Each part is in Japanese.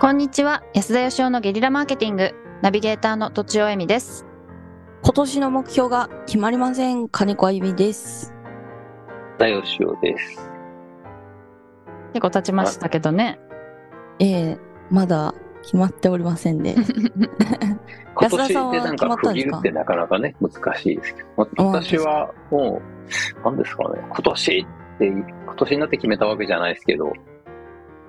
こんにちは安田義雄のゲリラマーケティングナビゲーターの土地尾恵美です今年の目標が決まりません金子あゆみです大吉尾です。結構経ちましたけどねえー、まだ決まっておりま せんで今安田年さんはでなん決かまった区んで切するかってなかなかね、難しいですけど、まうん私はもう、なんですかね、今年って、今年になって決めたわけじゃないですけど、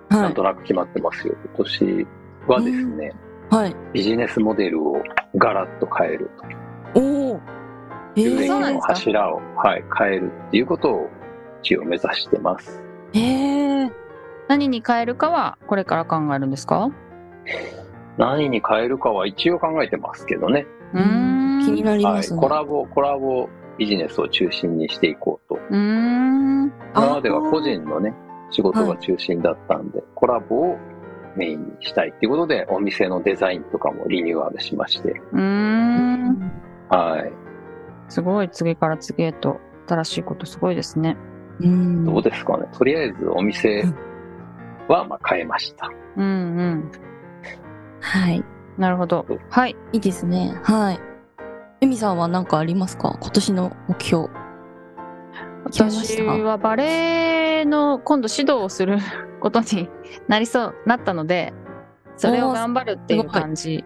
なはんとなく決まってますよ。今年はですね、いはいビジネスモデルをガラッと変えるおおえという、ーそうなんのですか柱を、はい、変えるっていうことを一応目指してます。えー、何に変えるかはこれから考えるんですか何に変えるかは一応考えてますけどね、うーん気になりはまい、すね、コラボ、コラボビジネスを中心にしていこうとうーん今まではあー個人のね、仕事が中心だったんで、コラボをメインにしたいっていうことで、お店のデザインとかもリニューアルしまして、うーんはい。すごい次から次へと新しいことすごいですねうんどうですかね。とりあえずお店はまあ変えました。うんうんはいなるほどはいいいですねはいゆみさんは何かありますか今年の目標決めまし私たはバレエの今度指導をすることになりそうなったのでそれを頑張るっていおーうすごい感じ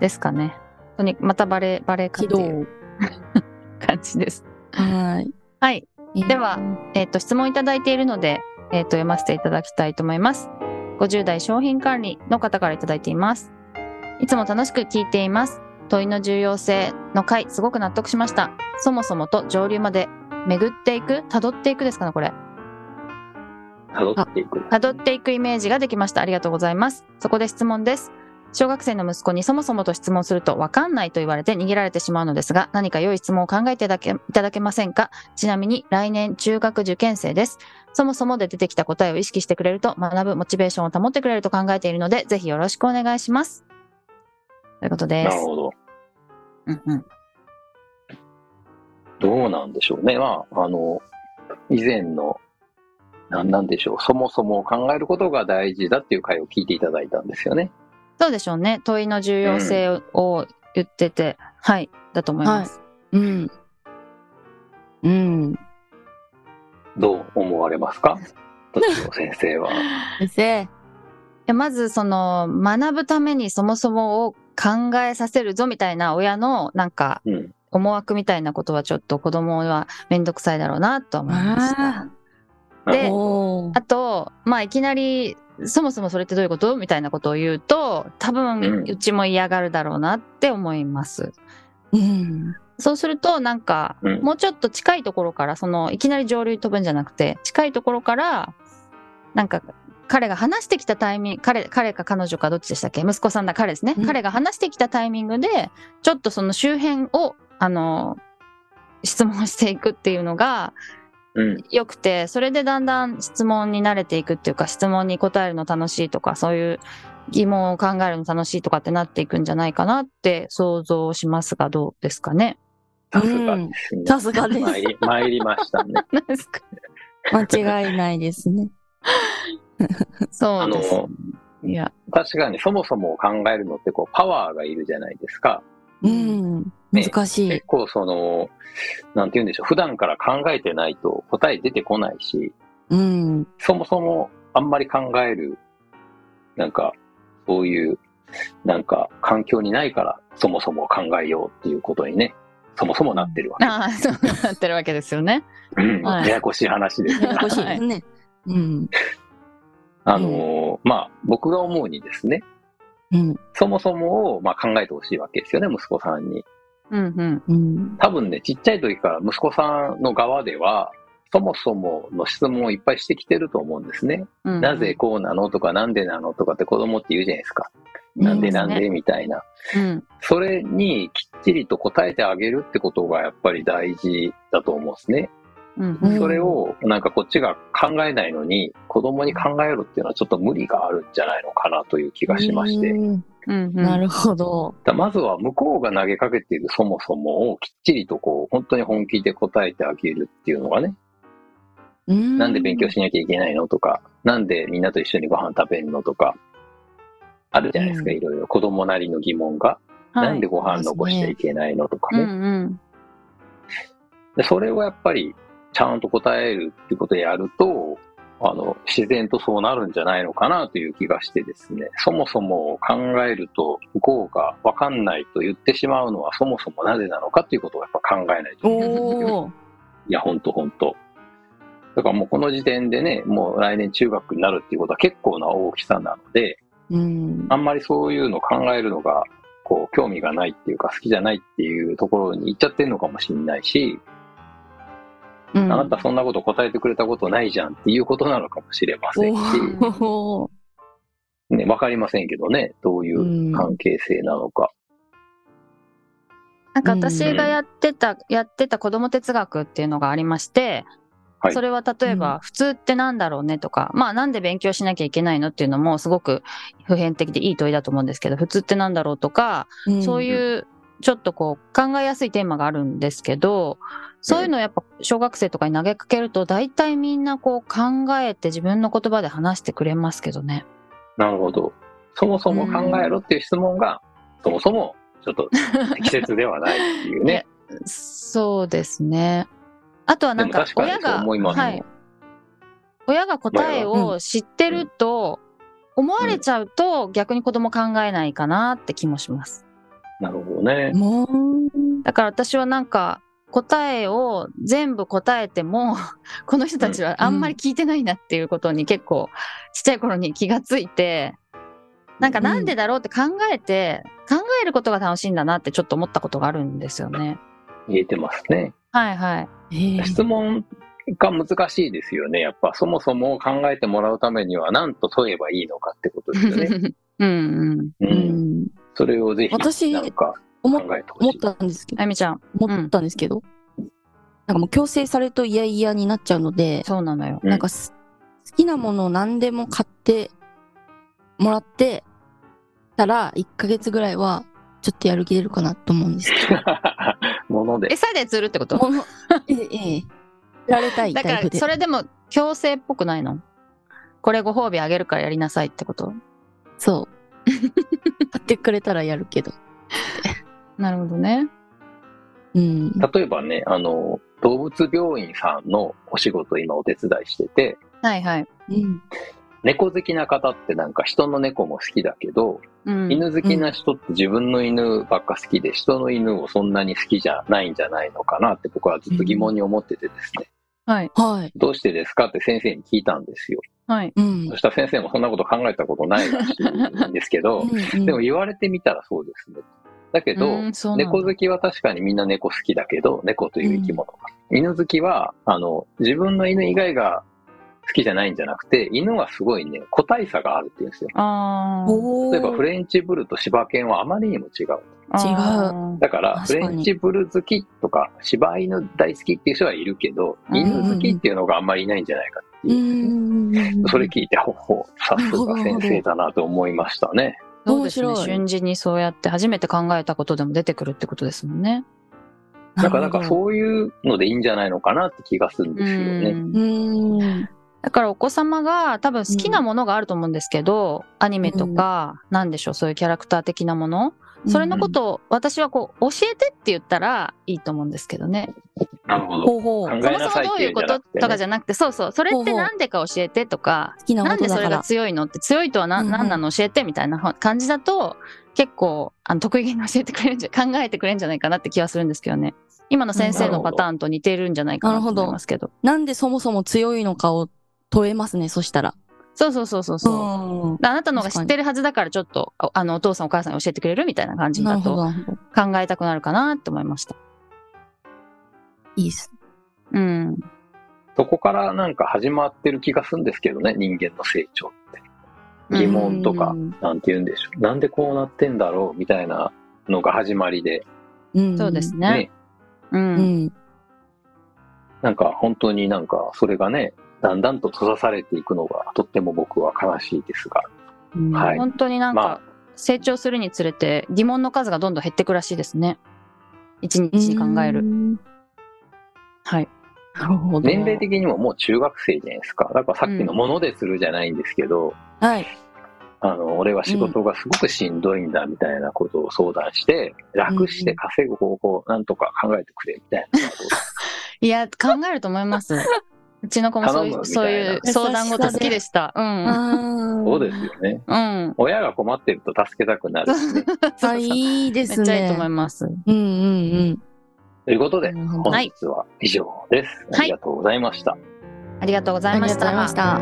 ですかねとにまたバレエバレエ化っていう 感じですはいはい、えーではえっ、と質問いただいているので、えっと読ませていただきたいと思います50代商品管理の方からいただいていますいつも楽しく聞いています問いの重要性の回すごく納得しましたそもそもと上流まで巡っていく辿っていくですかねこれ辿っていく。辿っていくイメージができました。ありがとうございます。そこで質問です。小学生の息子にそもそもと質問するとわかんないと言われて逃げられてしまうのですが、何か良い質問を考えていただけいただけませんかちなみに来年中学受験生です。そもそもで出てきた答えを意識してくれると学ぶモチベーションを保ってくれると考えているので、ぜひよろしくお願いします。ということでなるす。ほど。うんうんどうなんでしょうね。まあ、あの、以前の、なんなんでしょう。そもそも考えることが大事だっていう回を聞いていただいたんですよね。そうでしょうね。問いの重要性を言ってて、はい、だと思います。うんうんどう思われま すか栃野先生は。先生いやまずその学ぶためにそもそもを考えさせるぞみたいな親のなんかうん。思惑みたいなことはちょっと子供はめんどくさいだろうなとは思いました。でおーあとまあいきなりそもそもそれってどういうことみたいなことを言うと多うん分うちも嫌がるだろうなって思います。うんそうするとなんかうんもうちょっと近いところからそのいきなり上流に飛ぶんじゃなくて近いところからなんか彼が話してきたタイミング彼彼か彼女かどっちでしたっけ息子さんだ彼ですね、うん彼が話してきたタイミングでちょっとその周辺をあの質問していくっていうのがうん。良くてそれでだんだん質問に慣れていくっていうか質問に答えるの楽しいとかそういう疑問を考えるの楽しいとかってなっていくんじゃないかなって想像しますがどうですかねさすがですね。さすがです参り参りましたね。何ですか 間違いないですね。そあうです。の、いや、確かにそもそも考えるのってこうパワーがいるじゃないですか。うん。難しい結。構その、なんて言うんでしょう、普段から考えてないと答え出てこないし、うん。そもそもあんまり考える、なんか、そういう、なんか環境にないから、そもそも考えようっていうことにね、そもそもなってるわけ。ああ、そうなってるわけですよね。うんはいややこしい話で すややこしいはでいすね。うん。あのーまあ、僕が思うにですね、うん。そもそもを、まあ、考えてほしいわけですよね、息子さんに。うんうん。うん。多分ね、ちっちゃい時から息子さんの側では、そもそもの質問をいっぱいしてきてると思うんですね。うんなぜこうなのとか、なんでなのとかって子供って言うじゃないですか。うんなんでそうですなんねでみたいな。うん。それにきっちりと答えてあげるってことがやっぱり大事だと思うんですね。うんうんそれをなんかこっちが考えないのに子供に考えろっていうのはちょっと無理があるんじゃないのかなという気がしまして。うん。うん。なるるほど。だまずは向こうが投げかけているそもそもをきっちりとこう、本当に本気で答えてあげるっていうのがね、うん。なんで勉強しなきゃいけないのとか、なんでみんなと一緒にご飯食べるのとか、あるじゃないですか、うんいろいろ。子供なりの疑問が、はいなんでご飯残しちゃいけないのとかうね。んうん。でそれをやっぱり、ちゃんと答えるってことをやると、あの、自然とそうなるんじゃないのかなという気がしてですね、そもそも考えると、向こうがわかんないと言ってしまうのは、そもそもなぜなのかということをやっぱ考えないといけない。おーいや、ほんとほんと。だからもうこの時点でね、もう来年中学になるっていうことは結構な大きさなので、うんあんまりそういうの考えるのが、こう、興味がないっていうか、好きじゃないっていうところに行っちゃってるのかもしれないし、うんあなたそんなこと答えてくれたことないじゃんっていうことなのかもしれませんし、おーね、わかりませんけどね、どういう関係性なのか。なんかうん私がやってた、やってた子供哲学っていうのがありまして、はいそれは例えうば、普通ってなんだろうねとか、まあなんで勉強しなきゃいけないのっていうのもすごく普遍的でいい問いだと思うんですけど、普通ってなんだろうとか、うんそういうちょっとこう考えやすいテーマがあるんですけど、そういうのをやっぱ小学生とかに投げかけると、大体みんなこう考えて自分の言葉で話してくれますけどね。なるほど。そもそも考えろっていう質問が、そもそもちょっと適切ではないっていういや ね。そうですね。あとはでなんもか確かに親そうが、思います、はい、親が答えを知ってると思われちゃうと逆に子供考えないかなって気もします。なるほどね。もうだから私はなんか答えを全部答えて もこの人たちはあんまり聞いてないなっていうことに結構ちっちゃい頃に気がついてなんかなんでだろうって考えて考えることが楽しいんだなってちょっと思ったことがあるんですよね。言えてますね。はいはい。ええ質問が難しいですよね。やっぱそもそも考えてもらうためには何と問えばいいのかってことですよ ね。 うんうん。う、うんんそれをぜひ私なんか思考っえて思ほっしい。たんですけあどゆみちゃん。思ったんですけど、なんかもう強制されると嫌々になっちゃうので、そうなのよ。うんなんかす好きなものを何でも買ってもらってたら、1ヶ月ぐらいはちょっとやる気出るかなと思うんですけもので。餌で釣るってこ ど。とものええ、ええ、やられたいだかタイプらで。それでも強制っぽくないのこれご褒美あげるからやりなさいってこと そう。買ってくれたらやるけど。なるほどね。うん。例えばね、あの、動物病院さんのお仕事を今お手伝いしてて、はいはい。うん。猫好きな方ってなんか人の猫も好きだけど、うん、犬好きな人って自分の犬ばっか好きで、人の犬をそんなに好きじゃないんじゃないのかなって僕はずっと疑問に思っててですね、はいはい。どうしてですかって先生に聞いたんですよ。はい。うんそ。したら先生もそんなこと考えたことないらしいんですけど、うんでも、言われてみたらそうですね。だけど、うんそうなんだ猫好きは確かにみんな猫好きだけど、猫という生き物が。犬好きは、あの、自分の犬以外が好きじゃないんじゃなくて、犬はすごいね、個体差があるっていうんですよ。あーおー例えばフレンチブルと柴犬はあまりにも違う。あー。だから、フ確かレにンチブル好きとか、柴犬大好きっていう人はいるけど、うん犬好きっていうのがあんまりいないんじゃないかってういう。ん。それ聞いて、ほほ、さすが先生だなと思いましたね。そうですね。面白い瞬時にそうやって初めて考えたことでも出てくるってことですもんね。だからなんかう。そういうのでいいんじゃないのかなって気がするんですよね。んうん。だからお子様が多分好きなものがあると思うんですけど、アニメとか、なんでしょう、そういうキャラクター的なもの。それのことを私はこう、教えてって言ったらいいと思うんですけどね。なるほ方法考え好そもなそさもいっどうていいううんじこゃなとくてねとかじゃなくて、そうそう、それほっうてほうなんでか教えてとか、きななんこでとそれだかがら。強いのって強いとはなうんうん何なの教えてみたいな感じだと結構あの得意げに教えてくれるんじゃ考 えてくれるんじゃないかなって気はするんですけどね今の先生のパターンと似てるんじゃないかなと思いますけどなんでそもそも強いのかを問えますね、そしたら。そうそうそうそうそう、うあなたの方が知ってるはずだからちょっとああのお父さんお母さんに教えてくれるみたいな感じん。なだるほとど。なるほど考えたくなるかなって思いましたいいです。うんそこからなんか始まってる気がするんですけどね、人間の成長って。疑問とかうんなんて言うんでしょう。なんでこうなってんだろうみたいなのが始まりで、うんそうです。ねね。う、うんん。なんか本当になんかそれがね、だんだんと閉ざされていくのがとっても僕は悲しいですが。うんはい本当になんか、まあ成長するにつれて疑問の数がどんどん減ってくらしいですね一日に考える、うんはいなるほど。年齢的にももう中学生じゃないですか。だからさっきのものでするじゃないんですけど、はい。あの、俺は仕事がすごくしんどいんだみたいなことを相談して、楽して稼ぐ方法をなんとか考えてくれみたいなことをいや、考えると思います。うちの子もそうい頼むう、みたそういないう相談事好きでした。うん。そそうですよね。うん。親が困ってると助けたくなるしね。そうあ、いいでめすっね。ちゃいいと思います。うんうんということうで、ん。なるほど本日は以上です。はいありがとうございました。ありがとうござあいりがまとうしございまたし。た。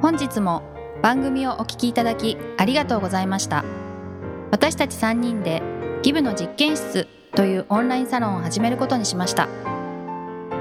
本日も番組をお聞きいただきありがとうございました私たち3人でギブの実験室というオンラインサロンを始めることにしました